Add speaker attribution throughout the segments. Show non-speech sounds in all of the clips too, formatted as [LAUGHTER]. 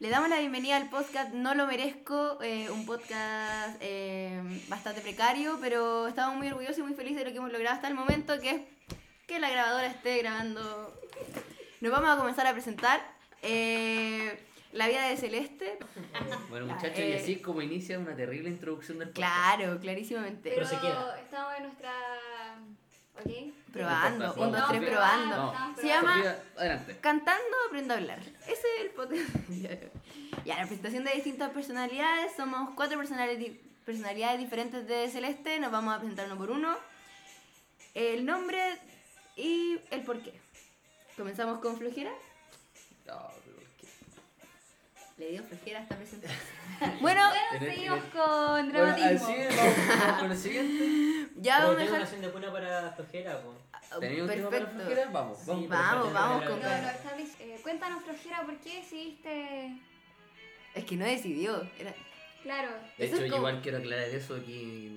Speaker 1: Le damos la bienvenida al podcast No Lo Merezco, eh, un podcast eh, bastante precario, pero estamos muy orgullosos y muy felices de lo que hemos logrado hasta el momento, que es que la grabadora esté grabando. Nos vamos a comenzar a presentar eh, La vida de Celeste.
Speaker 2: Bueno, muchachos, y
Speaker 1: Eh.
Speaker 2: así es como inicia una terrible introducción del podcast.
Speaker 1: Claro, clarísimamente.
Speaker 3: Pero
Speaker 4: se queda.
Speaker 3: estamos en nuestra. ¿Ok?
Speaker 1: Probando, un, dos,
Speaker 3: No,
Speaker 1: tres,
Speaker 3: pero-
Speaker 1: probando.
Speaker 3: No.
Speaker 1: Se llama-
Speaker 2: Sofía, adelante.
Speaker 1: Cantando aprendo a hablar. Ese es el podcast. ya, la presentación de distintas personalidades. Somos cuatro personali- di- personalidades diferentes de Celeste. Nos vamos a presentar uno por uno. El nombre y el porqué. Comenzamos con flojera.
Speaker 2: No, pero es que-
Speaker 1: Le dio flojera hasta presentar. bueno,
Speaker 2: [LAUGHS]
Speaker 3: Bueno,
Speaker 2: Tenés-
Speaker 3: seguimos
Speaker 2: tenés-
Speaker 3: con
Speaker 2: este Bueno,
Speaker 3: dramatismo.
Speaker 2: así es, vamos,
Speaker 1: [LAUGHS]
Speaker 2: vamos con el siguiente.
Speaker 1: ya vamos a
Speaker 4: Pero tengo una
Speaker 1: dejar.
Speaker 4: canción de cuna para flojera, po.
Speaker 2: ¿Tenés un tema para
Speaker 1: Perfecto.
Speaker 2: flojera? Vamos, vamos.
Speaker 4: Sí,
Speaker 1: vamos,
Speaker 4: perfecto.
Speaker 1: vamos
Speaker 3: No,
Speaker 1: con-
Speaker 3: no, está bien. Eh, cuéntanos, Flojera, ¿por qué decidiste.?
Speaker 1: Es que no decidió. Era...
Speaker 3: Claro.
Speaker 2: De
Speaker 1: Eso
Speaker 2: hecho,
Speaker 1: es como-
Speaker 2: igual quiero aclarar eso que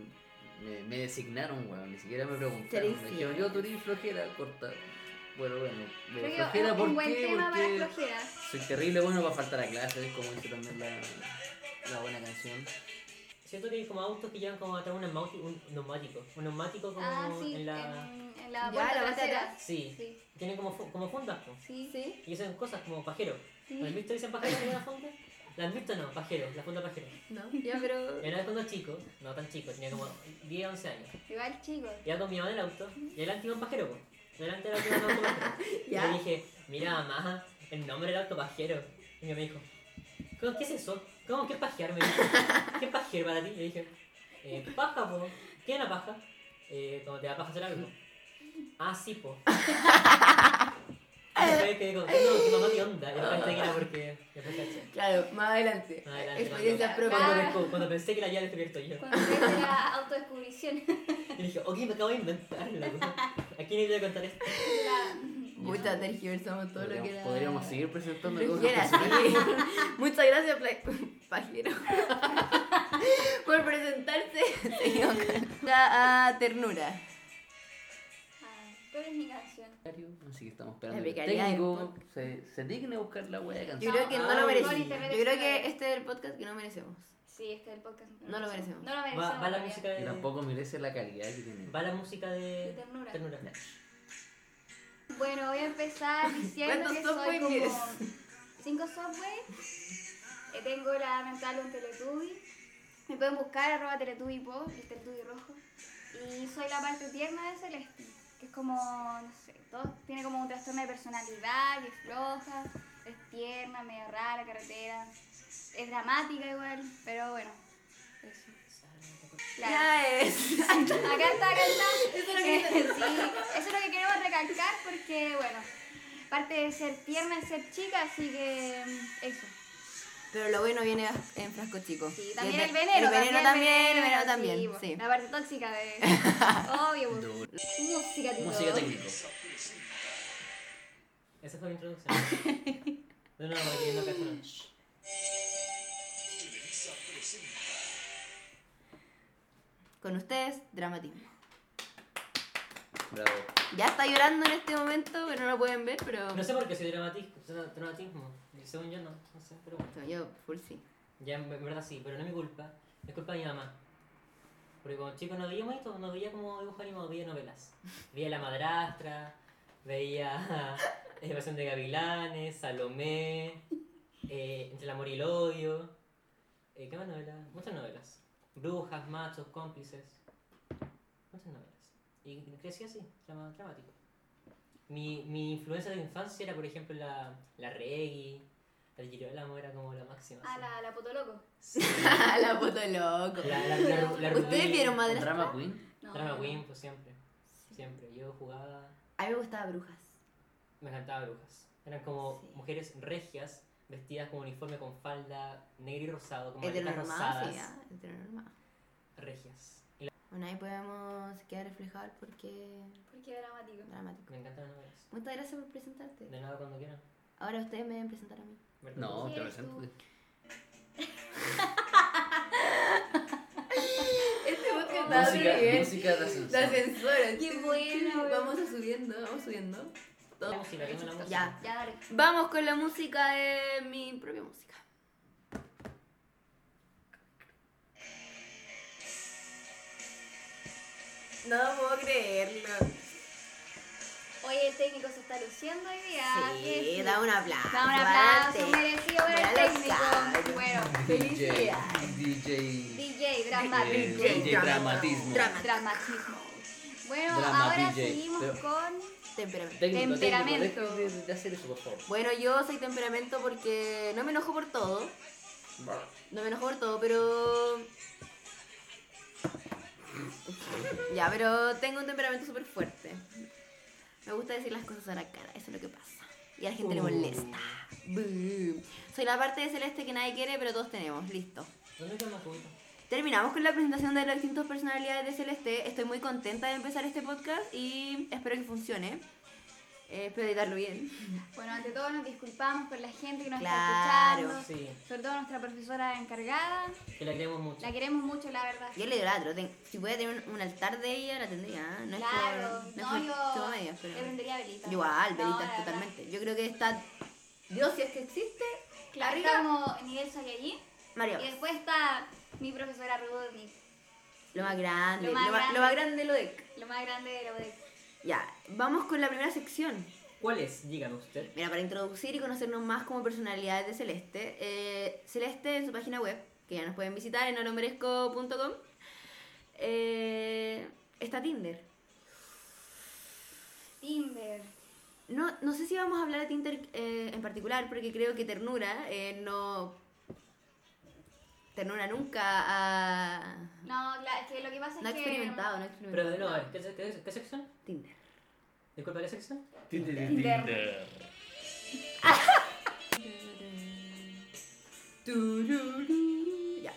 Speaker 2: me, me designaron, weón. Ni siquiera me
Speaker 1: Te
Speaker 2: preguntaron. Me
Speaker 1: designaron.
Speaker 2: dijeron, yo tú eres flojera, corta. Bueno, bueno. de
Speaker 3: Creo que
Speaker 2: flojera,
Speaker 3: es
Speaker 2: ¿por
Speaker 3: un buen
Speaker 2: qué?
Speaker 3: tema
Speaker 2: Porque
Speaker 3: para Flojera.
Speaker 2: soy terrible bueno para faltar a clases, como dice también la, la buena canción.
Speaker 4: Siento que hay como autos que llevan como atrás un neumático, un neumático, un neumático como
Speaker 3: Ah, sí,
Speaker 4: en la...
Speaker 3: en, en
Speaker 1: Ya,
Speaker 3: la
Speaker 1: la
Speaker 3: puerta
Speaker 1: parte de
Speaker 3: trasera.
Speaker 1: atrás.
Speaker 4: Sí,
Speaker 3: Sí,
Speaker 4: tienen como, fu- como fundas, po.
Speaker 3: sí,
Speaker 1: Sí.
Speaker 4: Y hacen cosas como pajeros.
Speaker 3: Sí.
Speaker 4: ¿Las has visto dicen pajeros en una funda? ¿Las has visto no? Pajeros, la funda pajero.
Speaker 1: No, ya, pero.
Speaker 4: Y una vez cuando chico, no tan chico, tenía como 10, 11 años.
Speaker 3: Igual, chicos.
Speaker 4: Iba con mi mamá en el auto y adelante iba un pajero, po. Y Delante del auto iba un auto pajero. Y
Speaker 1: Ya.
Speaker 4: le dije, mira mamá, el nombre del auto pajero. Y mi mamá dijo, "¿Cómo- ¿qué es eso? ¿Cómo? ¿Qué es pajear? Me dijo, ¿qué es pajear para ti? Le dije, eh, paja, po. ¿Qué es una paja? Eh, cuando te da paja hacer algo. Ah, sí, po. [LAUGHS] Y después quedé como, no, tu mamá, ¿qué onda? Y después que era porque... Después caché.
Speaker 1: Claro, más adelante.
Speaker 4: Más adelante,
Speaker 1: Experiencias
Speaker 3: cuando-
Speaker 1: propias.
Speaker 4: Cuando, me- cuando pensé que la había descubierto yo.
Speaker 3: Cuando se la autodescubrición. [LAUGHS]
Speaker 4: Y dije, ok, me acabo de inventar la cosa. ¿A quién le voy a contar esto?
Speaker 3: La-
Speaker 1: Puta, tergiversamos todo lo que
Speaker 2: Podríamos,
Speaker 1: era.
Speaker 2: podríamos seguir
Speaker 1: [LAUGHS]
Speaker 2: presentando
Speaker 1: Lo
Speaker 2: cosas
Speaker 1: que quieras,
Speaker 2: personales.
Speaker 1: sí. Muchas gracias, Pla- Pajero, [LAUGHS] por presentarse. [LAUGHS] Seguimos con- a, a Ternura.
Speaker 3: Ah, Pero es mi canción.
Speaker 2: Así que estamos esperando
Speaker 1: La
Speaker 2: que el
Speaker 1: precariedad del
Speaker 2: técnico se, se digne a buscar la wea de
Speaker 1: Yo
Speaker 2: canción.
Speaker 1: creo que no
Speaker 4: Ah,
Speaker 1: lo
Speaker 4: igual
Speaker 1: merecemos.
Speaker 3: y te
Speaker 1: Yo
Speaker 3: mereces
Speaker 1: creo
Speaker 3: la
Speaker 1: que
Speaker 3: vida.
Speaker 1: este es el podcast que no merecemos.
Speaker 3: Sí, este es el podcast.
Speaker 1: No lo merecemos.
Speaker 3: No lo merecemos.
Speaker 4: Va, va la
Speaker 3: en
Speaker 4: música
Speaker 3: realidad.
Speaker 4: de...
Speaker 2: Y tampoco merece la calidad que tiene.
Speaker 4: Va la música de...
Speaker 3: De ternura.
Speaker 4: Ternura.
Speaker 3: Bueno, voy a empezar diciendo
Speaker 1: ¿Cuántos
Speaker 3: que
Speaker 1: software
Speaker 3: soy como
Speaker 1: tienes?
Speaker 3: cinco software. Eh, tengo la mental en Teletubby. Me pueden buscar arroba teletubbypod, el teletubby rojo. Y soy la parte tierna de Celeste, que es como, no sé, todo, tiene como un trastorno de personalidad, que es floja, es tierna, medio rara, carretera. Es dramática igual, pero bueno. Eso. Claro.
Speaker 1: Ya es.
Speaker 3: Acá está, acá
Speaker 1: Eso
Speaker 3: está.
Speaker 1: es lo que
Speaker 3: Eh, sí, eso es lo que queremos recalcar porque, bueno, parte de ser tierna es ser chica, así que mm, eso.
Speaker 1: Pero lo bueno viene en frasco chico.
Speaker 3: Sí,
Speaker 1: Y
Speaker 3: también
Speaker 1: ve-
Speaker 3: el veneno.
Speaker 1: El veneno también, el veneno
Speaker 3: sí,
Speaker 1: también.
Speaker 3: po,
Speaker 1: Sí.
Speaker 3: La parte tóxica de...
Speaker 1: [LAUGHS]
Speaker 3: Obvio, po.
Speaker 2: Duro.
Speaker 3: Música, tipo.
Speaker 2: Música técnica.
Speaker 4: Esa fue
Speaker 3: [LAUGHS]
Speaker 4: mi introducción. No, no, porque no cacho nada.
Speaker 1: Con ustedes, dramatismo.
Speaker 2: Bravo.
Speaker 1: Ya está llorando en este momento, pero no lo pueden ver, pero.
Speaker 4: No sé por qué soy dramatismo. dramatismo. Según yo no, no sé, pero bueno.
Speaker 1: Yo, full sí. [LAUGHS]
Speaker 4: Ya en en verdad sí, pero no es mi culpa. Es culpa de mi mamá. Porque cuando chico no veíamos esto, no veía como dibujo animado, veía novelas. Veía La Madrastra, veía [LAUGHS] eh, Evasión de Gavilanes, Salomé, eh, Entre el Amor y el Odio. Eh, ¿Qué más novelas? Muchas novelas. Brujas, machos, cómplices. Muchas novelas. Y crecí así, drama- dramático. Mi, mi influencia de infancia era, por ejemplo, la, la reggae, el Girolamo era como la máxima.
Speaker 3: A
Speaker 4: así.
Speaker 3: Ah, la, la potoloco.
Speaker 1: [LAUGHS]
Speaker 4: Sí.
Speaker 1: la foto loco.
Speaker 4: La, la, la,
Speaker 1: ¿Ustedes
Speaker 4: la Rubí,
Speaker 1: vieron
Speaker 2: Un
Speaker 1: madrastra?
Speaker 2: drama queen.
Speaker 3: No,
Speaker 4: Drama
Speaker 3: no.
Speaker 4: Queen, pues siempre. Siempre. Yo jugaba.
Speaker 1: A mí me gustaba Brujas.
Speaker 4: Me encantaba brujas. Eran como
Speaker 1: Sí.
Speaker 4: mujeres regias, vestidas con uniforme con falda negro y rosado, como aletas
Speaker 1: Heteronormada, sí,
Speaker 4: rosadas.
Speaker 1: ya. Heteronormada.
Speaker 4: Regias.
Speaker 1: Bueno, ahí podemos quedar reflejados porque
Speaker 3: Porque dramático.
Speaker 1: dramático.
Speaker 4: Me encantan las novelas.
Speaker 1: Muchas gracias por presentarte.
Speaker 4: De nada cuando quieran.
Speaker 1: Ahora ustedes me deben presentar a mí.
Speaker 4: ¿verdad?
Speaker 2: No,
Speaker 3: Sí,
Speaker 2: te
Speaker 3: eres
Speaker 2: presento.
Speaker 3: tú.
Speaker 1: Este
Speaker 3: podcast está
Speaker 2: Música, música de ascensor.
Speaker 1: censura.
Speaker 3: Qué buena, weón.
Speaker 1: Vamos subiendo, vamos subiendo.
Speaker 4: La música, que no la música.
Speaker 1: Ya.
Speaker 3: Ya, dale.
Speaker 1: Vamos con la música de mi propia música.
Speaker 5: No puedo creerlo.
Speaker 3: Oye, el técnico se está luciendo hoy
Speaker 5: Sí,
Speaker 3: día. Ah, ¿qué es?
Speaker 5: da un aplauso.
Speaker 3: Da un aplauso
Speaker 5: arte.
Speaker 3: merecido para el
Speaker 5: Para los
Speaker 3: técnico.
Speaker 5: cabros.
Speaker 3: Bueno,
Speaker 2: DJ.
Speaker 1: Felicidades.
Speaker 2: DJ.
Speaker 3: DJ, drama,
Speaker 2: DJ,
Speaker 3: DJ.
Speaker 2: eh, dramatismo.
Speaker 5: Drama.
Speaker 3: Dramatismo. Bueno,
Speaker 2: Drama
Speaker 3: ahora
Speaker 2: DJ.
Speaker 3: seguimos
Speaker 2: Pero-
Speaker 3: con.
Speaker 5: Temperamento.
Speaker 2: Técnico,
Speaker 3: Temperamento.
Speaker 2: técnico, deja de, de hacer eso, por favor.
Speaker 1: Bueno, yo soy temperamento porque no me enojo por todo. No me enojo por todo, pero. Ya, pero tengo un temperamento súper fuerte. Me gusta decir las cosas a la cara, eso es lo que pasa. Y a la gente le
Speaker 4: Uh.
Speaker 1: molesta. Bú. Soy la parte de celeste que nadie quiere, pero todos tenemos, listo.
Speaker 4: ¿Dónde está Macuto?
Speaker 1: Terminamos con la presentación de las distintas personalidades de Celeste. Estoy muy contenta de empezar este podcast y espero que funcione. Eh, espero editarlo bien.
Speaker 3: Bueno, ante todo nos disculpamos por la gente que nos
Speaker 1: Claro,
Speaker 3: está escuchando.
Speaker 4: Sí,
Speaker 3: Sobre todo nuestra profesora encargada.
Speaker 4: que la queremos mucho.
Speaker 3: La queremos mucho, la verdad.
Speaker 1: Yo "Ah, la idolatro. ten- si pudiera tener un, un altar de ella, la tendría. ¿eh? No
Speaker 3: claro,
Speaker 1: es por,
Speaker 3: no,
Speaker 1: no, es por- todo
Speaker 3: yo
Speaker 1: medio, pero-
Speaker 3: le prendería velita.
Speaker 1: Igual,
Speaker 3: No,
Speaker 1: velitas
Speaker 3: la verdad.
Speaker 1: totalmente. Yo creo que está. Dios, si es que existe,
Speaker 3: Claro,
Speaker 1: Arriba.
Speaker 3: estamos nivel Saiyajin.
Speaker 1: Mario.
Speaker 3: Y después está mi profesora Rudolnik,
Speaker 1: Lo más grande.
Speaker 3: Lo
Speaker 1: Lo
Speaker 3: más
Speaker 1: más,
Speaker 3: grande.
Speaker 1: Lo más grande lo de.
Speaker 3: lo más grande de la UDEC.
Speaker 1: Ya, vamos con la primera sección.
Speaker 4: ¿Cuál es? Dígame usted.
Speaker 1: Mira, para introducir y conocernos más como personalidades de Celeste, eh, Celeste en su página web, que ya nos pueden visitar en olomerezco.com, eh, está Tinder.
Speaker 3: Tinder.
Speaker 1: No, no sé si vamos a hablar de Tinder eh, en particular, porque creo que Ternura eh, no... Ternura nunca ha...
Speaker 3: No, claro, es que lo que pasa
Speaker 1: No ha
Speaker 3: es que.
Speaker 1: experimentado, no ha experimentado.
Speaker 4: Pero de nuevo, a ver, ¿qué, se- qué, qué sección?
Speaker 1: Tinder.
Speaker 4: Disculpa, ¿qué sección?
Speaker 3: Tinder.
Speaker 1: Ya.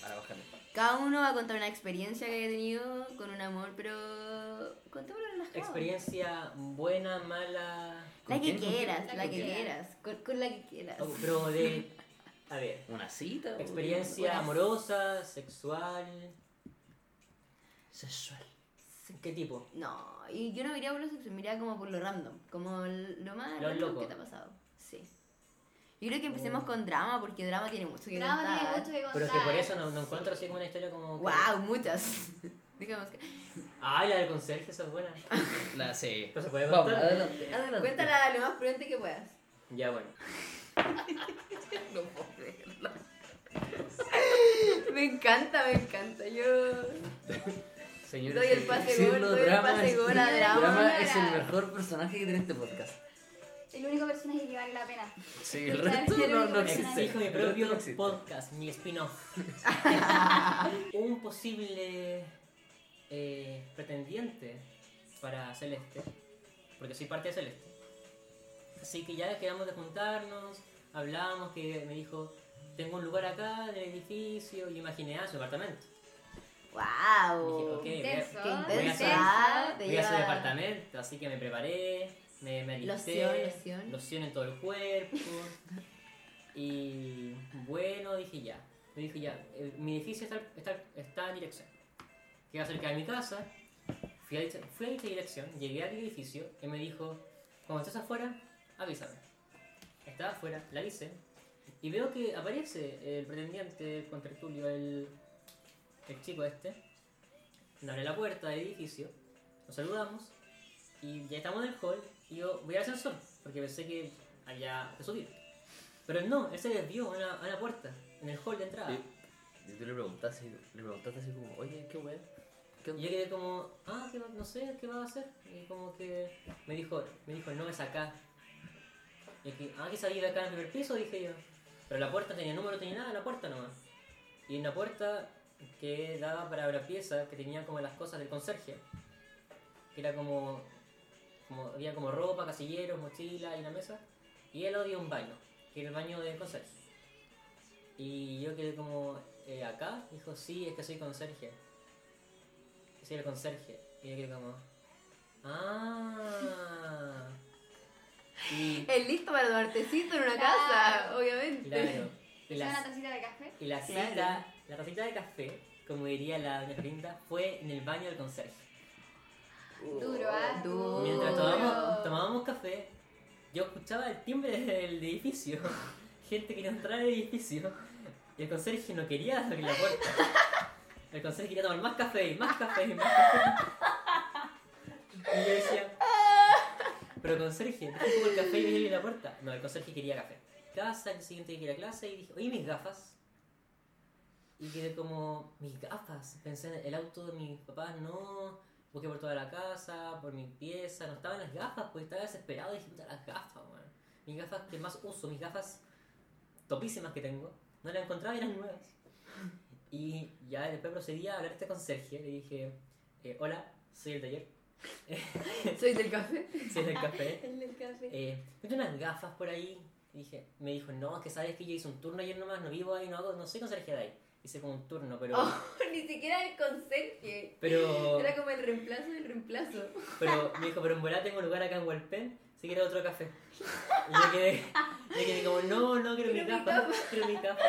Speaker 2: Para bajarle.
Speaker 1: Cada uno va a contar una experiencia que haya tenido con un amor, pero... Contémoslo relajado.
Speaker 4: Experiencia buena, mala.
Speaker 1: La
Speaker 2: ¿Con
Speaker 1: que
Speaker 2: quién? ¿Con
Speaker 1: quieras,
Speaker 3: quién?
Speaker 1: la
Speaker 3: ¿Con
Speaker 1: que
Speaker 3: quién?
Speaker 1: quieras, con, con la que quieras.
Speaker 4: Oh, pero de. A ver.
Speaker 2: Una cita. o-
Speaker 4: Experiencia amorosa, sexual.
Speaker 2: Sexual.
Speaker 4: ¿Qué tipo?
Speaker 1: No, y yo no miraría por lo sexual, miraría como por lo random, como l- lo más
Speaker 4: Lo
Speaker 1: random
Speaker 4: loco. Oh.
Speaker 1: que te ha pasado. Sí. Yo creo que empecemos con drama, porque drama tiene mucho que
Speaker 3: Drama
Speaker 1: contar.
Speaker 3: tiene mucho que contar.
Speaker 4: Pero es que por eso no, no encuentro así como una historia como.
Speaker 1: ¡Wow!
Speaker 4: [LAUGHS]
Speaker 1: Muchas. Digamos que...
Speaker 4: Ay, la del conserje, esa es buena.
Speaker 2: La sí.
Speaker 4: No se puede
Speaker 2: Vamos,
Speaker 4: contar.
Speaker 2: adelante, adelante.
Speaker 1: Cuéntala lo más prudente que puedas.
Speaker 4: [LAUGHS] Ya, bueno.
Speaker 1: No puedo creerlo. me encanta, me encanta. Yo
Speaker 2: Señores,
Speaker 1: doy el pase
Speaker 2: decirlo,
Speaker 1: gol, doy el
Speaker 2: drama
Speaker 1: pase
Speaker 2: es-
Speaker 1: gol a drama.
Speaker 2: Drama es el mejor personaje que tiene este podcast.
Speaker 3: El único personaje que vale la pena.
Speaker 2: Sí,
Speaker 3: el resto no- no existe.
Speaker 4: Exijo mi
Speaker 2: El resto no
Speaker 4: propio
Speaker 2: existe.
Speaker 4: podcast, mi spin-off. Un posible eh, pretendiente para Celeste, porque soy parte de Celeste. Así que ya quedamos de juntarnos, hablamos, que me dijo, tengo un lugar acá en el edificio, y imaginé a su apartamento.
Speaker 1: ¡Wow!
Speaker 4: Dije, ok.
Speaker 3: Intenso.
Speaker 1: ¡Qué
Speaker 4: Voy a
Speaker 1: intenso!
Speaker 4: hacer-
Speaker 1: ah, te
Speaker 4: Voy a su
Speaker 1: lleva-
Speaker 4: departamento, así que me preparé, me, me alisté,
Speaker 1: Loción, loción.
Speaker 4: loción en todo el cuerpo. y bueno, dije ya. Yo dije ya, eh, mi edificio está, está, está en dirección. Quedé cerca de mi casa, fui a, dicha- fui a dicha dirección, llegué al edificio y me dijo, cuando estás afuera, avísame. Estaba afuera, la avisé. Y veo que aparece el pretendiente, el contertulio, el, el chico este. Me abre la puerta del edificio, nos saludamos y ya estamos en el hall y yo voy al ascensor porque pensé que había que subir. Pero no, él se desvió a una, a una puerta en el hall de entrada.
Speaker 2: Y tú le preguntaste, le preguntaste así como, oye, qué weón. ¿Qué
Speaker 4: Y
Speaker 2: onda?
Speaker 4: yo quedé como, ah, ¿qué va- no sé, ¿qué va a hacer? Y como que me dijo, me dijo, no es acá. Y que, ah, que salí de acá en el primer piso, dije yo. Pero la puerta tenía número, tenía nada, la puerta nomás. Y una puerta que daba para la pieza, que tenía como las cosas del conserje. Que era como, como había como ropa, casilleros, mochila y una mesa. Y él odia un baño, que era el baño del conserje. Y yo quedé como, eh, ¿acá? Dijo, sí, es que soy conserje. Soy el conserje. Y yo quedé como, ¡ah!
Speaker 1: [LAUGHS]
Speaker 4: Y,
Speaker 1: Es listo para tomar tecito en una
Speaker 3: Claro.
Speaker 1: casa, obviamente.
Speaker 4: claro, y
Speaker 3: ¿Es una
Speaker 4: la,
Speaker 3: tacita de café?
Speaker 4: y la
Speaker 1: Claro.
Speaker 4: cita, la tacita de café, como diría la doña Florinda, fue en el baño del conserje.
Speaker 3: Duro, ¿ah?
Speaker 1: Duro.
Speaker 4: Mientras
Speaker 3: todo-
Speaker 4: tomábamos, tomábamos café, yo escuchaba el timbre del edificio. [LAUGHS] Gente quería entrar al edificio. Y el conserje no quería abrir la puerta. El conserje quería tomar más café, más café, más café. Y yo decía, pero conserje, dejé un poco el café y me abrí la puerta. No, el conserje quería café. Casa, el siguiente día que ir a clase y dije, oye, mis gafas. Y quedé como, mis gafas. Pensé en el auto de mis papás, no. Busqué por toda la casa, por mi pieza, no estaban las gafas, pues estaba desesperado y dije, puta, las gafas, weón. Mis gafas que más uso, mis gafas topísimas que tengo, no las encontraba y eran nuevas. Y ya después procedí a hablar este con Sergio, le dije, eh, hola, soy el taller,
Speaker 5: Soy del café.
Speaker 4: soy el del café.
Speaker 1: [LAUGHS]
Speaker 3: El del café.
Speaker 4: Eh, "Vende unas gafas por ahí. Y dije, me dijo, no, es que sabes que yo hice un turno ayer nomás, no vivo ahí, no hago, no soy conserje de ahí. Hice como un turno, pero,
Speaker 5: [LAUGHS] Ni siquiera el conserje.
Speaker 4: pero,
Speaker 5: Era como el reemplazo del reemplazo.
Speaker 4: pero, me dijo, pero en volá tengo lugar acá en Hualpén, si quieres otro café. Y yo quedé, yo quedé como, no, no, quiero mis gafas, quiero mis gafas.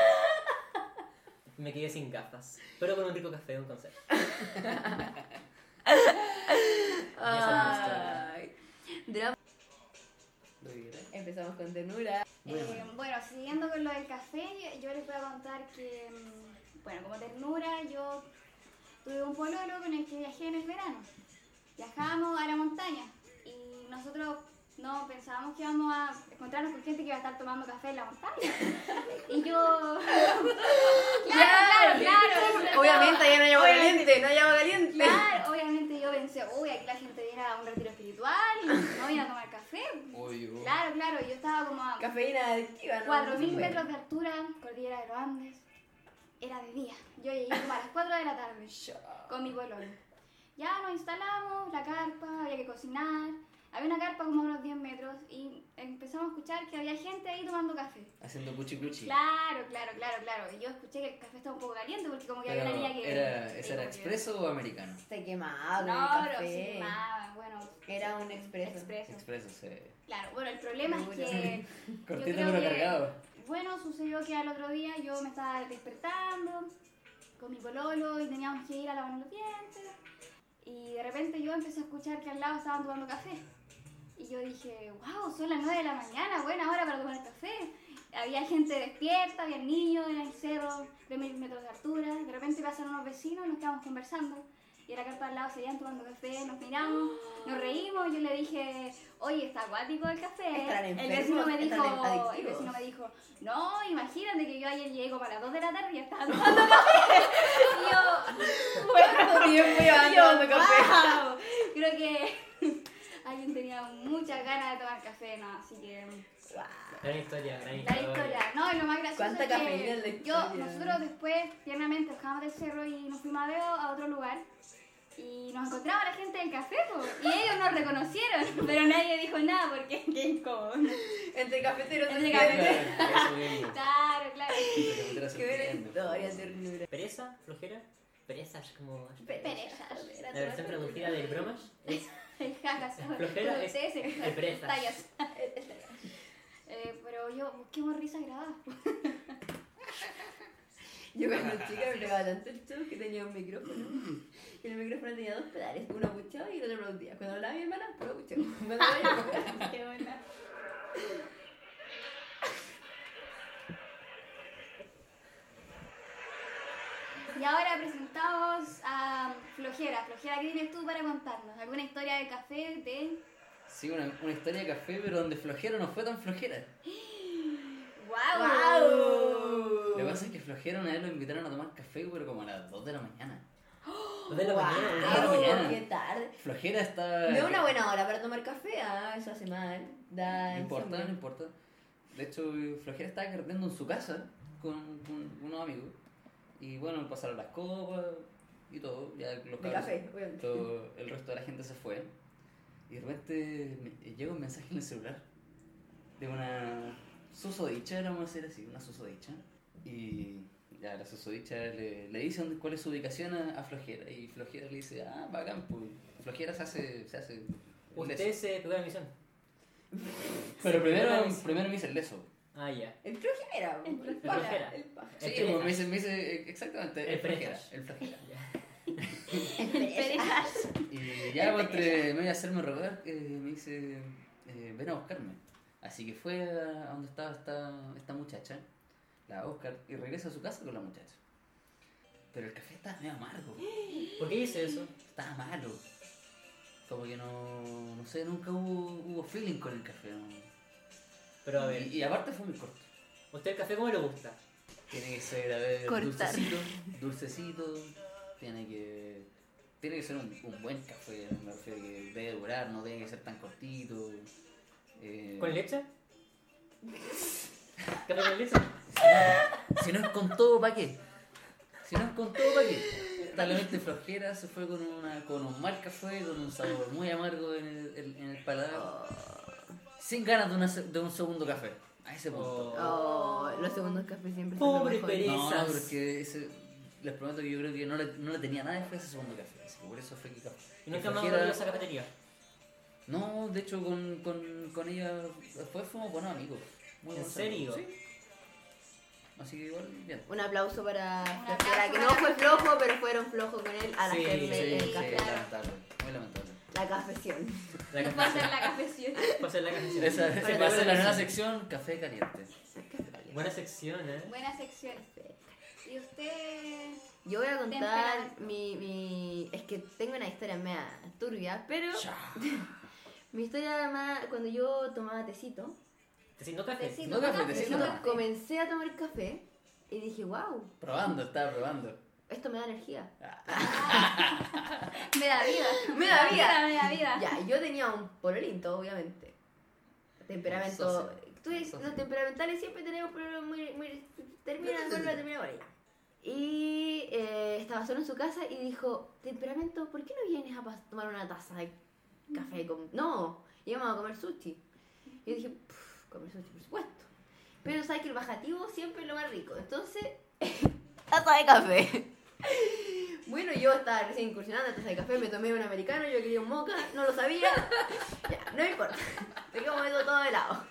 Speaker 4: Me quedé sin gafas, pero con un rico café de un conserje. Y esa es mi historia.
Speaker 5: Ay. Drama.
Speaker 2: Lo que queráis.
Speaker 5: Empezamos con ternura.
Speaker 3: Eh, bueno, siguiendo con lo del café, yo- yo les voy a contar que, mm, bueno, como ternura, yo tuve un pololo con el que viajé en el verano. Viajábamos a la montaña y nosotros no pensábamos que íbamos a encontrarnos con gente que iba a estar tomando café en la montaña. [LAUGHS] Y yo... [LAUGHS] claro, claro, claro.
Speaker 5: Obviamente, ya no hay agua
Speaker 3: Obviamente.
Speaker 5: caliente. No hay agua caliente.
Speaker 3: Claro, obviamente yo pensé, uy, aquí la gente viene a un retiro espiritual, no viene a tomar café.
Speaker 2: Oye, vos.
Speaker 3: Claro, claro, yo estaba como a
Speaker 5: Cafeína adictiva, ¿no?
Speaker 3: 4.000
Speaker 5: Bueno.
Speaker 3: metros de altura, cordillera de los Andes. Era de día. Yo llegué como a las 4 de la tarde con mi pueblo. Ya nos instalamos, la carpa, había que cocinar. Había una carpa como a unos 10 metros y empezamos a escuchar que había gente ahí tomando café.
Speaker 2: Haciendo cuchi cuchi.
Speaker 3: Claro, claro, claro, claro. Y yo escuché que el café estaba un poco caliente porque como que
Speaker 2: Pero
Speaker 3: había una niña que...
Speaker 2: era,
Speaker 3: sí,
Speaker 2: ¿Ese era
Speaker 3: como que-
Speaker 2: expreso o americano?
Speaker 5: Se quemaba
Speaker 3: No,
Speaker 5: con el
Speaker 3: no,
Speaker 5: café.
Speaker 3: se quemaba, bueno.
Speaker 5: Era un expreso.
Speaker 3: Expreso.
Speaker 2: Expreso, sí.
Speaker 3: Claro, bueno, el problema es
Speaker 5: Muy
Speaker 3: que...
Speaker 2: Cortito
Speaker 3: creo
Speaker 2: pero
Speaker 3: que-
Speaker 2: cargado.
Speaker 3: Bueno, sucedió que al otro día yo me estaba despertando con mi pololo y teníamos que ir a lavarnos los dientes. Y de repente yo empecé a escuchar que al lado estaban tomando café. Y yo dije, wow, son las 9 de la mañana, buena hora para tomar café. Había gente despierta, había niños en el cerro de mil metros de altura. De repente pasaron unos vecinos, nos quedamos conversando. Y en la carpa al lado seguían tomando café, nos miramos, nos reímos. Yo le dije, oye, está acuático el café.
Speaker 5: Estarán
Speaker 3: el
Speaker 5: enfermos,
Speaker 3: vecino me
Speaker 5: estarán
Speaker 3: dijo, el
Speaker 5: adictivos.
Speaker 3: vecino me dijo, no, imagínate que yo ayer llegué como a las 2 de la tarde y ya estaban tomando café. [LAUGHS] Y yo,
Speaker 5: ¿Cuánto tiempo llevaban tomando café?
Speaker 3: ¡Wow! [LAUGHS] Creo que [LAUGHS] alguien tenía muchas ganas de tomar café, ¿no? Así que
Speaker 4: Gran historia, gran
Speaker 3: la historia. No, y lo más gracioso
Speaker 5: ¿Cuánta
Speaker 3: es que
Speaker 5: cafeína en la
Speaker 3: yo,
Speaker 5: historia?
Speaker 3: nosotros después tiernamente bajamos del cerro y nos fuimos a Veo a otro lugar y nos encontraba la gente del café po, y ellos nos reconocieron, [LAUGHS] pero nadie dijo nada porque [LAUGHS] qué incómodo.
Speaker 5: Entre cafeteros.
Speaker 3: Entre
Speaker 5: se
Speaker 3: cafeteros.
Speaker 5: quedan.
Speaker 2: [LAUGHS] Claro, eso mismo.
Speaker 3: Claro, claro.
Speaker 2: Entre cafeteros
Speaker 5: Qué buena
Speaker 2: surgiendo.
Speaker 5: historia, ternura.
Speaker 4: ¿Pereza? ¿Flojera? Pereza es como...
Speaker 3: Pereza.
Speaker 4: La versión traducida del bromas es
Speaker 3: Jajas.
Speaker 4: Flojera es-
Speaker 3: Ustedes se-
Speaker 4: es pereza.
Speaker 3: tallas. Eh, pero yo busquemos risas grabadas. po.
Speaker 5: Yo cuando chica me pegaba tanto el show que tenía un micrófono. Y el micrófono tenía dos pedales, uno puchado y el otro aplaudía. Cuando hablaba mi hermana, puro puchado. Cuando hablaba yo,
Speaker 3: Qué buena. Y ahora presentamos a Flojera. Flojera, ¿qué tienes tú para contarnos? ¿Alguna historia de café, té?
Speaker 2: Sí, una, una historia de café, pero donde flojero no fue tan flojera.
Speaker 5: ¡Guau!
Speaker 2: Lo que pasa es que flojero una vez lo invitaron a tomar café, pero como a las 2 de la mañana.
Speaker 4: de la
Speaker 5: ¡Guau!
Speaker 4: mañana.
Speaker 2: dos de la mañana.
Speaker 5: ¡Qué tarde!
Speaker 2: Flojera está...
Speaker 5: No es una buena hora para tomar café, ah, eso hace mal. Da
Speaker 2: No importa, no
Speaker 5: insomnio.
Speaker 2: importa. De hecho, Flojera estaba cargando en su casa con, con unos amigos. Y bueno, pasaron las copas y todo. Ya los
Speaker 5: De
Speaker 2: cabros-
Speaker 5: café, obviamente.
Speaker 2: todo- el resto de la gente se fue. Y de repente me- eh, llega un mensaje en el celular de una susodicha, le vamos a decir así, una susodicha. Y ya la susodicha le, le dice dónde- cuál es su ubicación a, a Flojera. Y Flojera le dice, ah, bacán, pues. Flojera se hace... Se hace un leso".
Speaker 4: Ustedes se pegaron misión.
Speaker 2: Pero primero,
Speaker 4: Flojera-
Speaker 2: primero me dice el leso.
Speaker 4: Ah, ya.
Speaker 5: El flojera. El
Speaker 4: flojera.
Speaker 5: El paja.
Speaker 2: Sí,
Speaker 4: El
Speaker 2: como
Speaker 4: Frejas.
Speaker 2: me dice, me dice eh, exactamente,
Speaker 4: El
Speaker 2: el flojera,
Speaker 4: Frejas.
Speaker 2: el flojera.
Speaker 4: [LAUGHS]
Speaker 5: Pereza.
Speaker 2: Y ya pues, entre me voy a hacerme rogar, eh, me dice, eh, ven a buscarme. Así que fue a a donde estaba esta, esta muchacha, la Oscar, y regresa a su casa con la muchacha. Pero el café estaba medio amargo.
Speaker 4: ¿Por qué hice eso?
Speaker 2: Estaba malo. Como que no. No sé, nunca hubo, hubo feeling con el café. ¿no?
Speaker 4: Pero a ver,
Speaker 2: Y, y aparte fue muy corto.
Speaker 4: ¿usted el café cómo le gusta?
Speaker 2: Tiene que ser, a ver,
Speaker 1: Cortar.
Speaker 2: dulcecito. Dulcecito. Tiene que. Tiene que ser un, un buen café. Me refiero que debe durar, no tiene que ser tan cortito. Eh,
Speaker 4: ¿Con leche? ¿Café con leche?
Speaker 2: Si no es con todo, ¿para qué? Si no es con todo, ¿para qué? Talmente flojera se fue con, una, con un mal café, con un sabor muy amargo en el, en- en el paladar. Sin ganas de, una se- de un segundo café. A ese punto.
Speaker 4: Oh.
Speaker 1: Oh, los segundos cafés siempre son
Speaker 4: Pobre
Speaker 1: los mejores.
Speaker 4: Peri.
Speaker 2: No, no,
Speaker 4: esas.
Speaker 2: pero es que ese- les prometo que yo creo que no le, no le tenía nada de fe a ese segundo café. así que por eso fue que café.
Speaker 4: ¿Y nunca más
Speaker 2: flojera-
Speaker 4: volvió a esa cafetería?
Speaker 2: No, de hecho con, con, con ella después fuimos buenos amigos. Muy
Speaker 4: ¿En
Speaker 2: buenos
Speaker 4: serio?
Speaker 2: amigos, sí. Así que igual, bien.
Speaker 1: Un aplauso para
Speaker 3: Un aplauso
Speaker 1: Flojera, que no
Speaker 3: para
Speaker 1: fue
Speaker 3: Flojera.
Speaker 1: flojo, pero fueron flojos con él al
Speaker 4: Sí,
Speaker 1: hacerle
Speaker 4: sí,
Speaker 1: el
Speaker 2: sí,
Speaker 1: café.
Speaker 2: lamentable. Muy lamentable.
Speaker 1: La cafeción.
Speaker 4: La
Speaker 1: Pues
Speaker 3: Va a ser
Speaker 4: cafetería.
Speaker 3: la cafecita.
Speaker 4: Va a ser la cafetería.
Speaker 2: Esa
Speaker 1: Para
Speaker 2: esa va a ser la
Speaker 4: la
Speaker 2: nueva
Speaker 4: sección.
Speaker 2: sección, café caliente.
Speaker 4: Buena sección, ¿eh?
Speaker 3: Buena sección. ¿Y usted?
Speaker 1: Yo voy a contar
Speaker 3: Temperamento.
Speaker 1: mi, mi... Es que tengo una historia media turbia, pero
Speaker 2: Ya.
Speaker 1: mi historia más... Cuando yo tomaba tecito,
Speaker 4: ¿Te siento café?
Speaker 3: Tecito.
Speaker 2: No café,
Speaker 3: café,
Speaker 2: tecito.
Speaker 3: no café.
Speaker 1: comencé a tomar café y dije, wow,
Speaker 2: Probando, estaba probando.
Speaker 1: esto me da energía.
Speaker 3: Me da vida.
Speaker 1: [LAUGHS] Me da vida.
Speaker 3: Me da vida.
Speaker 1: Ya, yo tenía un pololinto, obviamente. Temperamento.
Speaker 2: Socio.
Speaker 1: Tú dices,
Speaker 2: Socio.
Speaker 1: los temperamentales siempre tenemos problemas muy. muy terminan con la termina con ella. Y eh, estaba solo en su casa y dijo: Temperamento, ¿por qué no vienes a pas- tomar una taza de café con.? No, íbamos a comer sushi. Y yo dije: "Pff, Comer sushi, por supuesto. Pero sabes que el bajativo siempre es lo más rico. Entonces, [LAUGHS] taza de café. Bueno, yo estaba recién incursionando taza de café, me tomé un americano, yo quería un moca, no lo sabía. Ya, no me importa. [LAUGHS] Dejamos eso todo de lado.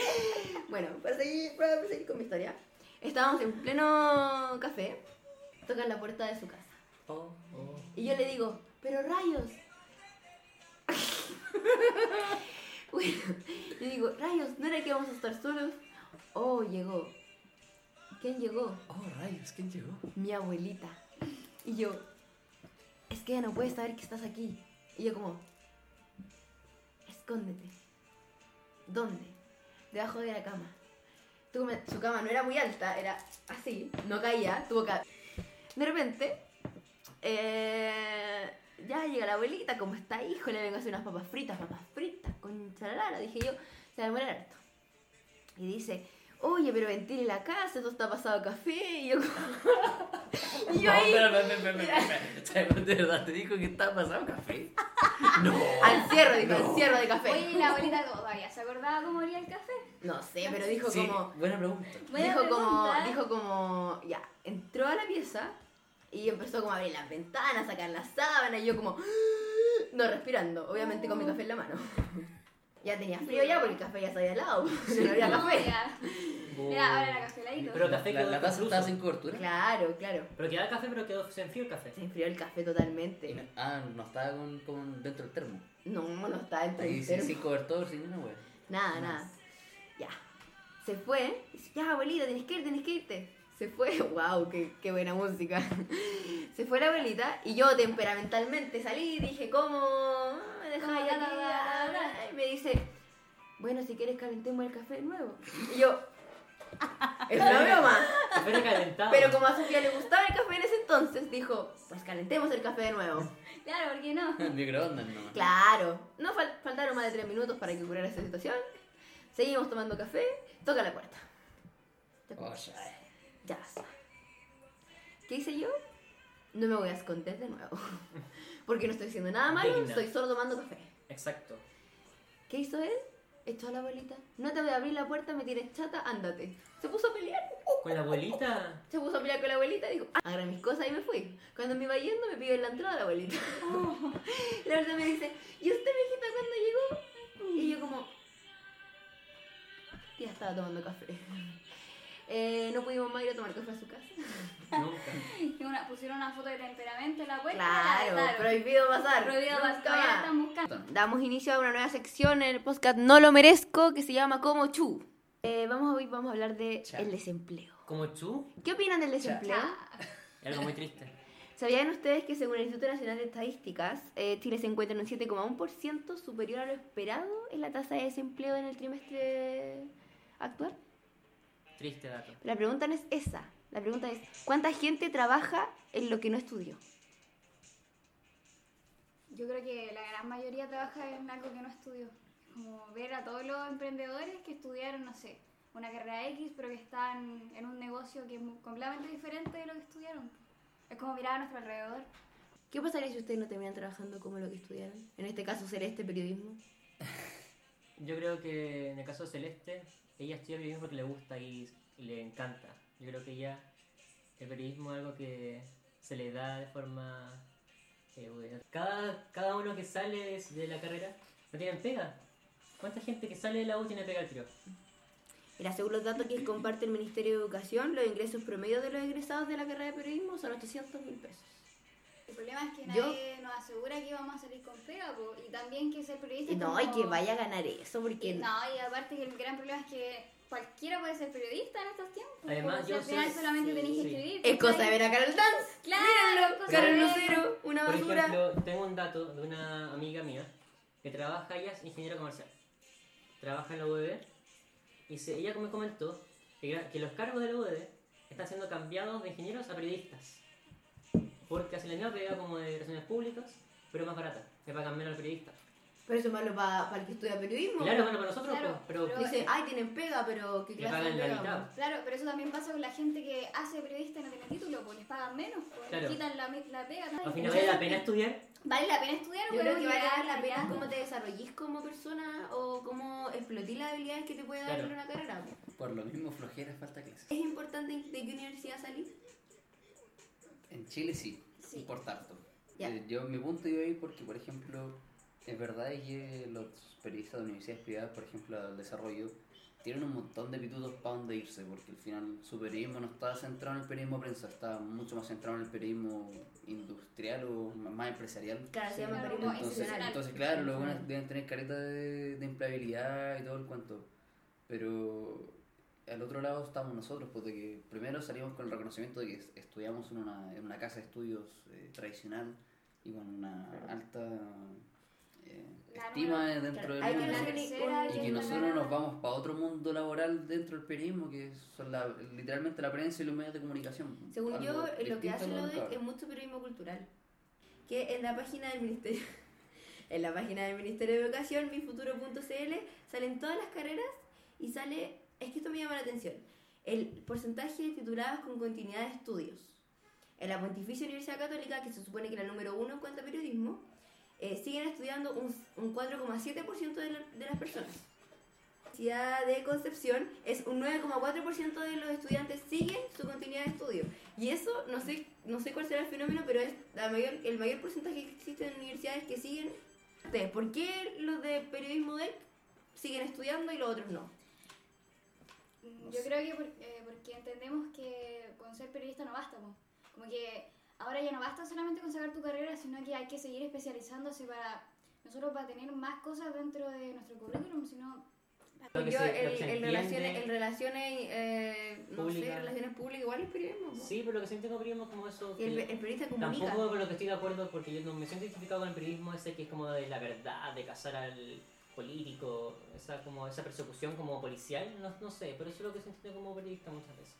Speaker 1: [LAUGHS] Bueno, para seguir, para seguir con mi historia. Estábamos en pleno café, tocan la puerta de su casa.
Speaker 4: Oh, oh.
Speaker 1: Y yo le digo, pero rayos. [LAUGHS] bueno, yo digo, rayos, ¿no era que vamos a estar solos? Oh, llegó. ¿Quién llegó?
Speaker 2: Oh, rayos, ¿quién llegó?
Speaker 1: mi abuelita. Y yo, es que ella no puede saber que estás aquí. Y yo como, escóndete. ¿Dónde? Debajo de la cama. Tuvo una- su cama no era muy alta, era así, no caía, tuvo que... De repente, eh, ya llega la abuelita, como está, hijo, le vengo a hacer unas papas fritas, papas fritas, con chalara, dije yo, se va a demorar harto. Y dice, oye, pero ventile la casa, todo está pasado a café, y yo como- [LAUGHS] y yo
Speaker 2: no,
Speaker 1: ahí,
Speaker 2: pero, pero, pero, [LAUGHS] pero, pero, ¿De verdad te dijo que estaba pasando café? [LAUGHS] No.
Speaker 1: al cierre, dijo,
Speaker 2: No.
Speaker 1: al cierre de café.
Speaker 3: Oye, ¿y la abuelita todavía se acordaba cómo olía el café.
Speaker 1: No sé, pero dijo
Speaker 2: Sí,
Speaker 1: como...
Speaker 2: buena pregunta.
Speaker 3: Buena
Speaker 1: dijo como,
Speaker 3: pregunta.
Speaker 1: dijo como, ya, entró a la pieza y empezó como a abrir las ventanas, a sacar la sábana y yo como, [GASPS] no respirando, obviamente con mi café en la mano. Ya tenía frío ya porque el café ya se había helado, [LAUGHS] no había
Speaker 3: No, [LAUGHS]
Speaker 1: café.
Speaker 3: ya.
Speaker 4: Oh.
Speaker 3: Mira, ahora la café heladito.
Speaker 4: Pero café
Speaker 2: la,
Speaker 4: quedó
Speaker 2: la taza estaba
Speaker 4: inconcluso.
Speaker 2: sin cobertura.
Speaker 1: Claro, claro.
Speaker 4: Pero quedaba café, pero quedó se enfrió el café.
Speaker 1: Se enfrió el café totalmente.
Speaker 2: Ah, no estaba con, con dentro del termo.
Speaker 1: No, no está dentro
Speaker 2: Ahí
Speaker 1: del
Speaker 2: sin,
Speaker 1: termo.
Speaker 2: sin cobertor, sin nada, güey.
Speaker 1: Nada, nada. Ya. Se fue. Dice, Ya, abuelita, tenés que irte, tenés que irte. Se fue. [LAUGHS] ¡Wow! Qué, qué buena música. [LAUGHS] Se fue la abuelita y yo temperamentalmente salí y dije, ¿cómo? Me dejáis
Speaker 3: ¿Cómo?
Speaker 1: aquí, ah". Y me dice, bueno, si quieres calentemos el café de nuevo. Y yo, es una broma.
Speaker 4: Café recalentado.
Speaker 1: Pero como a Sofía le gustaba el café en ese entonces, dijo, pues calentemos el café de nuevo.
Speaker 3: Claro, ¿por qué no?
Speaker 2: [LAUGHS]
Speaker 3: [LAUGHS]
Speaker 2: Microondas nomás.
Speaker 1: Claro, no fal- faltaron más de tres minutos para que curara esa situación. Seguimos tomando café, toca la puerta.
Speaker 2: Oh, ya.
Speaker 1: Ya basta. ¿Qué hice yo? No me voy a esconder de nuevo. [LAUGHS] Porque no estoy haciendo nada malo,
Speaker 4: Digna.
Speaker 1: estoy solo tomando café.
Speaker 4: Exacto.
Speaker 1: ¿Qué hizo él? Echó a la abuelita. No te voy a abrir la puerta, me tires chata, ándate. Se puso a pelear.
Speaker 4: Con la abuelita.
Speaker 1: Se puso a pelear con la abuelita y dijo, "Ah", agarré mis cosas y me fui. Cuando me iba yendo me pidió en la entrada la abuelita.
Speaker 3: Oh.
Speaker 1: [LAUGHS] la abuelita me dice, ¿y usted, mijita, cuándo llegó? Y yo como, tía estaba tomando café. [LAUGHS] Eh, no pudimos más ir a tomar café a su casa.
Speaker 4: Nunca.
Speaker 3: Y una- pusieron una foto de temperamento en la puerta.
Speaker 1: Claro, prohibido pasar.
Speaker 3: Prohibido
Speaker 1: Nunca
Speaker 3: pasar. Todavía la
Speaker 1: más.
Speaker 3: están buscando.
Speaker 1: Damos inicio a una nueva sección en el podcast No lo merezco que se llama Como Chu. Eh, vamos a hoy vamos a hablar de
Speaker 2: Cha.
Speaker 1: el desempleo.
Speaker 4: Como tú,
Speaker 1: ¿Qué opinan del desempleo?
Speaker 3: Ya.
Speaker 4: Es algo muy triste.
Speaker 1: ¿Sabían ustedes que según el Instituto Nacional de Estadísticas, eh, Chile se encuentra en un 7,1% superior a lo esperado en la tasa de desempleo en el trimestre actual?
Speaker 4: Triste dato.
Speaker 1: La pregunta no es esa. La pregunta es, ¿cuánta gente trabaja en lo que no estudió?
Speaker 3: Yo creo que la gran mayoría trabaja en algo que no estudió. Como ver a todos los emprendedores que estudiaron, no sé, una carrera X, pero que están en un negocio que es mu- completamente diferente de lo que estudiaron. Es como mirar a nuestro alrededor.
Speaker 1: ¿Qué pasaría si ustedes no terminan trabajando como lo que estudiaron? En este caso, Celeste, periodismo.
Speaker 4: Yo creo que en el caso de Celeste, ella estudia periodismo porque le gusta y, y le encanta. Yo creo que ella, el periodismo es algo que se le da de forma... eh, buena. cada, cada uno que sale de- de la carrera no tiene pega. ¿Cuánta gente que sale de la U tiene pega al tiro?
Speaker 1: Mira, según los datos que comparte el Ministerio de Educación, los ingresos promedios de los egresados de la carrera de periodismo son 800 mil pesos.
Speaker 3: El problema es que
Speaker 1: Yo-
Speaker 3: nadie nos asegura que vamos a salir con pega, po, y también que ser periodista.
Speaker 1: Y
Speaker 3: es
Speaker 1: no,
Speaker 3: como-
Speaker 1: y que vaya a ganar eso, porque...
Speaker 3: Y No, y aparte que el gran problema es que cualquiera puede ser periodista en estos tiempos.
Speaker 4: Además,
Speaker 3: como si
Speaker 4: yo
Speaker 3: al final
Speaker 4: sé-
Speaker 3: solamente
Speaker 4: sí,
Speaker 3: tenéis que
Speaker 4: sí.
Speaker 3: escribir.
Speaker 1: Es cosa de
Speaker 3: ¿cachai?
Speaker 1: ver a Carol Dance.
Speaker 3: Claro, es cosa
Speaker 1: Carol
Speaker 3: de ver.
Speaker 1: Lucero, una
Speaker 4: Por
Speaker 1: basura.
Speaker 4: ejemplo, tengo un dato de una amiga mía que trabaja, ella es ingeniera comercial, trabaja en la UDB y se- ella me comentó que, gra- que los cargos de la UDB están siendo cambiados de ingenieros a periodistas porque hacen la misma pega como de relaciones públicas, pero más barata, le pagan menos al periodista.
Speaker 1: Pero eso es malo para el que estudia periodismo.
Speaker 4: Claro, bueno, para nosotros,
Speaker 3: Claro,
Speaker 4: pues, pero,
Speaker 3: pero-
Speaker 1: Dice, ay, tienen pega, pero ¿qué
Speaker 4: Le
Speaker 1: clase
Speaker 4: pagan
Speaker 1: de
Speaker 4: la
Speaker 1: pega,
Speaker 4: mitad.
Speaker 1: man?"
Speaker 3: Claro, pero eso también pasa con la gente que hace periodista y no tiene título, pues les pagan menos, pues
Speaker 4: Claro.
Speaker 3: les quitan la, la pega. ¿no?
Speaker 4: al final vale la pena estudiar.
Speaker 3: Vale la pena estudiar,
Speaker 1: Yo creo que vale
Speaker 3: llegar,
Speaker 1: la pena
Speaker 3: llegar.
Speaker 1: cómo te desarrollís como persona o cómo explotís las habilidades que te puede dar
Speaker 4: Claro.
Speaker 1: una carrera. po.
Speaker 2: Por lo mismo, flojera falta clases.
Speaker 1: ¿Es importante de qué universidad salís?
Speaker 2: En Chile sí,
Speaker 3: Sí.
Speaker 2: por tanto.
Speaker 1: Ya.
Speaker 2: Eh, yo mi punto iba ahí porque, por ejemplo, es verdad que los periodistas de universidades privadas, por ejemplo, al desarrollo, tienen un montón de pitutos para donde irse, porque al final su periodismo no está centrado en el periodismo de prensa, está mucho más centrado en el periodismo industrial o m- más empresarial.
Speaker 1: Claro, se llama
Speaker 3: claro,
Speaker 1: periodismo
Speaker 3: como
Speaker 2: Entonces,
Speaker 1: institucional.
Speaker 2: entonces, claro, los buenos deben tener careta de, de empleabilidad y todo el cuento. Pero al otro lado estamos nosotros, porque que primero salimos con el reconocimiento de que es- estudiamos en una, en una casa de estudios eh, tradicional y con una alta eh,
Speaker 3: Claro,
Speaker 2: estima dentro
Speaker 1: Claro,
Speaker 2: del
Speaker 1: Hay que
Speaker 3: la
Speaker 2: mundo.
Speaker 1: hacer
Speaker 3: tercera
Speaker 1: un-
Speaker 2: Y que
Speaker 3: no
Speaker 2: nosotros nos vamos para otro mundo laboral dentro del periodismo, que son la- literalmente la prensa y los medios de comunicación. pues,
Speaker 1: Según
Speaker 2: Algo
Speaker 1: yo, lo que
Speaker 2: distinto
Speaker 1: hace
Speaker 2: a
Speaker 1: la
Speaker 2: del
Speaker 1: ODEC
Speaker 2: cabro.
Speaker 1: es mucho periodismo cultural. Que en la página del Ministerio [LAUGHS] en la página del Ministerio de Educación, mifuturo.cl, salen todas las carreras y sale, es que esto me llama la atención, el porcentaje de titulados con continuidad de estudios. En la Pontificia Universidad Católica, que se supone que es la número uno en cuanto a periodismo, eh, siguen estudiando un, un 4,7% de, la- de las personas. Universidad de Concepción es un 9,4% de los estudiantes siguen su continuidad de estudio. Y eso, no sé, no sé cuál será el fenómeno, pero es la mayor, el mayor porcentaje que existe en universidades que siguen. Ustedes, ¿por qué los de periodismo de siguen estudiando y los otros no?
Speaker 3: Mm, Yo creo que por- eh, porque entendemos que con ser periodista no basta, po. como que ahora ya no basta solamente con sacar tu carrera, sino que hay que seguir especializándose para nosotros para tener más cosas dentro de nuestro currículum, sino
Speaker 4: Lo que
Speaker 1: Yo
Speaker 4: se- lo que
Speaker 1: en,
Speaker 4: se
Speaker 1: en relaciones, en
Speaker 4: entiende-
Speaker 1: relaciones, eh, no sé,
Speaker 4: Públicas.
Speaker 1: relaciones públicas, igual es periodismo. po.
Speaker 4: Sí, pero lo que siento con periodismo es como eso...
Speaker 1: Y el,
Speaker 4: que-
Speaker 1: el periodista comunica.
Speaker 4: Tampoco con lo que estoy de acuerdo, porque yo no me siento identificado con el periodismo ese que es como de la verdad, de cazar al político, esa, como, esa persecución como policial, no, no sé, pero eso es lo que se entiende como periodista muchas veces.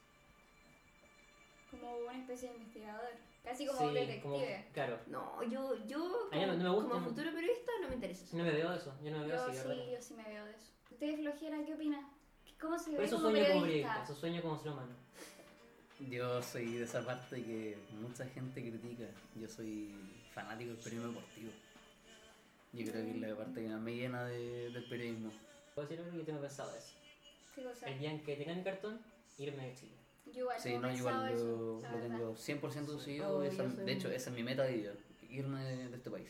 Speaker 3: como una especie de investigador, casi como un detective.
Speaker 4: como- claro.
Speaker 1: No, yo, yo
Speaker 4: A mí no- no me
Speaker 1: como-
Speaker 4: gusta,
Speaker 1: como
Speaker 4: no.
Speaker 1: futuro periodista no me interesa.
Speaker 4: Yo no me veo eso, yo no me veo
Speaker 3: Yo
Speaker 4: así, la
Speaker 3: sí,
Speaker 4: verdad.
Speaker 3: yo sí me veo de eso. ¿Ustedes flojera qué opinan? ¿Qué- ¿Cómo se
Speaker 4: Pero
Speaker 3: ve
Speaker 4: eso
Speaker 3: como
Speaker 4: sueño como
Speaker 3: periodista?
Speaker 4: periodista, eso sueño como ser humano.
Speaker 2: Yo soy de esa parte que mucha gente critica. Yo soy fanático del periodismo deportivo. Yo creo que es la parte que más me llena de- del periodismo.
Speaker 4: Puedo decir algo que tengo pensado eso.
Speaker 3: Sí, o sea,
Speaker 4: El día en que tenga mi cartón, irme de Chile.
Speaker 3: yo igual
Speaker 2: Sí,
Speaker 3: no
Speaker 2: no,
Speaker 3: he
Speaker 2: igual
Speaker 3: pensado
Speaker 2: lo,
Speaker 3: eso, la
Speaker 2: lo
Speaker 3: verdad.
Speaker 2: tengo 100% seguido.
Speaker 1: Oh,
Speaker 2: esa-
Speaker 1: yo soy
Speaker 2: de hecho,
Speaker 1: muy-
Speaker 2: esa es mi meta de vida. Irme de, de este país.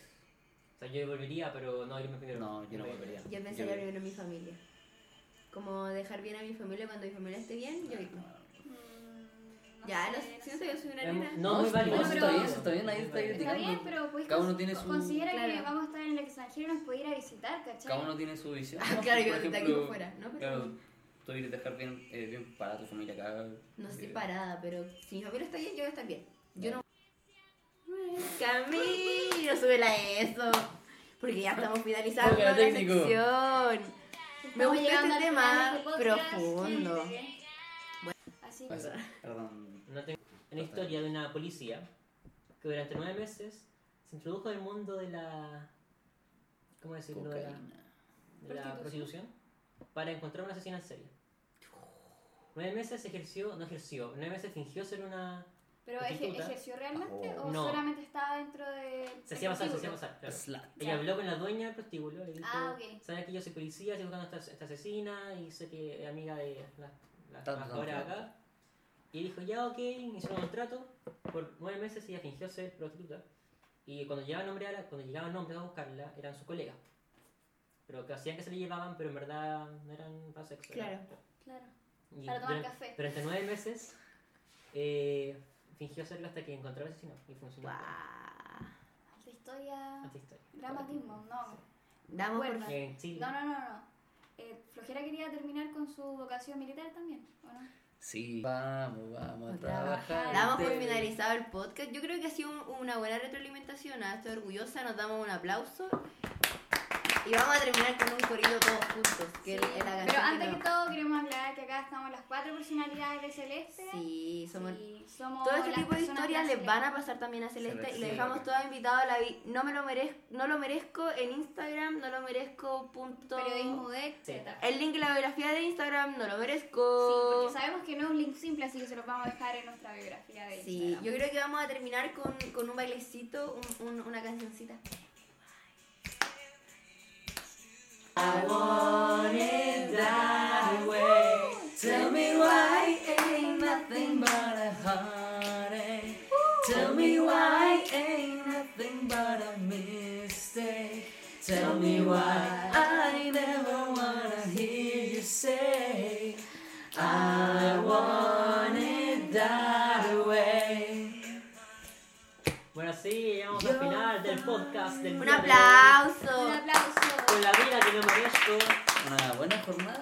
Speaker 4: O sea, yo volvería, pero no irme primero.
Speaker 2: No, yo no volvería.
Speaker 1: Yo pensaría primero en mi familia. Como dejar bien a mi familia cuando mi familia esté bien, yo irme.
Speaker 3: Mm, no
Speaker 1: Ya,
Speaker 3: sé,
Speaker 1: no
Speaker 3: no sé.
Speaker 1: siento que soy una
Speaker 4: Em,
Speaker 1: nena.
Speaker 4: No, muy válido.
Speaker 3: no,
Speaker 4: muy
Speaker 3: está
Speaker 4: válido.
Speaker 2: bien, está bien, nadie está
Speaker 4: Muy válido.
Speaker 3: Está
Speaker 2: criticando.
Speaker 3: bien, pero pues,
Speaker 2: Cada
Speaker 3: cons-
Speaker 2: uno tiene su-
Speaker 3: considera que
Speaker 1: Claro.
Speaker 3: vamos a estar en el extranjero y nos puede ir a visitar, ¿cachai?
Speaker 2: Cada uno tiene su visión.
Speaker 1: Ah,
Speaker 2: ¿no?
Speaker 1: claro,
Speaker 2: Por
Speaker 1: yo de aquí
Speaker 2: ejemplo,
Speaker 1: por fuera, ¿no? Pero-
Speaker 2: Claro, tú quieres dejar bien, eh, bien para tu familia acá.
Speaker 1: No sé si
Speaker 2: eh,
Speaker 1: parada, pero si mi familia está bien, yo voy a estar bien. Yo no.
Speaker 5: Camilo, súbela a eso. Porque ya estamos finalizando
Speaker 2: Oiga,
Speaker 5: la
Speaker 2: técnico.
Speaker 5: sección. Me
Speaker 3: Estamos
Speaker 5: gusta este
Speaker 3: llegando al
Speaker 5: tema
Speaker 3: final de este podcast.
Speaker 5: profundo.
Speaker 3: Sí. Así que,
Speaker 2: Pasa, Perdón.
Speaker 4: No tengo una historia de una policía que durante nueve meses se introdujo en el mundo de la. ¿Cómo decirlo? De la,
Speaker 2: Cocaína.
Speaker 4: de la prostitución para encontrar una asesina en serie. Nueve meses ejerció, no ejerció, nueve meses fingió ser una.
Speaker 3: ¿Pero eje-
Speaker 4: Prostituta.
Speaker 3: ejerció realmente
Speaker 2: Oh.
Speaker 3: o
Speaker 4: No.
Speaker 3: solamente estaba dentro de.?
Speaker 4: Se hacía pasar, se hacía
Speaker 3: vestíbulo?
Speaker 4: pasar. claro.
Speaker 2: Slut.
Speaker 4: Ella habló con la dueña del prostíbulo, le dijo,
Speaker 3: Ah, ok.
Speaker 4: ¿sabes que yo soy policía, estoy buscando a esta, esta asesina y sé que es amiga de las la
Speaker 2: Tanto,
Speaker 4: trabajadoras
Speaker 2: tanto.
Speaker 4: acá? Y dijo, ya, ok, hicieron un contrato, por nueve meses ella fingió ser prostituta y cuando llegaban hombres a, la- cuando llegaban hombres a buscarla eran sus colegas. Pero que hacían que se le llevaban, pero en verdad no eran para sexo. era-
Speaker 1: Claro.
Speaker 3: Claro.
Speaker 4: Y
Speaker 3: Para tomar
Speaker 4: duran-
Speaker 3: café.
Speaker 4: Durante nueve meses eh, fingió serlo hasta que encontró al asesino y funcionó.
Speaker 1: Guau.
Speaker 3: Alta historia.
Speaker 4: Esta historia.
Speaker 3: Dramatismo, no.
Speaker 1: Damos por
Speaker 3: Bueno.
Speaker 4: En Chile.
Speaker 3: No, no, no, no. Eh, Flojera quería terminar con su vocación militar también, ¿o no?
Speaker 2: Sí. Vamos, vamos a
Speaker 1: Trabajar.
Speaker 2: trabajar. Este,
Speaker 1: Damos por
Speaker 2: gente.
Speaker 1: finalizado el podcast. Yo creo que ha sido un- una buena retroalimentación. Ah, Estoy orgullosa, nos damos un aplauso. Y vamos a terminar con un corrido todos juntos. Que
Speaker 3: Sí.
Speaker 1: es la canción
Speaker 3: Pero antes
Speaker 1: que
Speaker 3: que todo queremos aclarar que acá estamos las cuatro personalidades de Celeste.
Speaker 1: nos- Sí, somos...
Speaker 3: Y somos
Speaker 1: Todo este
Speaker 3: las
Speaker 1: tipo de
Speaker 3: personas
Speaker 1: historias
Speaker 3: de
Speaker 1: les van a pasar también a Celeste.
Speaker 2: Celeste,
Speaker 1: Y le
Speaker 2: sí.
Speaker 1: dejamos todo invitado a la... vi- No me lo merezco, no lo merezco en Instagram, no lo merezco punto...
Speaker 3: Periodismo de
Speaker 4: Sí.
Speaker 3: etcétera.
Speaker 1: El link en la biografía de Instagram, no lo
Speaker 3: Sí,
Speaker 1: merezco.
Speaker 3: porque sabemos que no es un link simple, así que se los vamos a dejar en nuestra biografía de
Speaker 1: Sí,
Speaker 3: Instagram.
Speaker 1: yo creo que vamos a terminar con, con un bailecito, un- un- una cancioncita.
Speaker 4: I want it that way.
Speaker 2: Tell me why ain't nothing but a heartache. Tell me why ain't nothing but a mistake. Tell me why I never wanna hear you say I want it that way.
Speaker 4: Bueno, sí, llegamos al final del podcast del
Speaker 1: Un
Speaker 4: día de hoy.
Speaker 1: aplauso.
Speaker 3: Un aplauso.
Speaker 4: Con la vida que no merezco.
Speaker 2: Una buena jornada.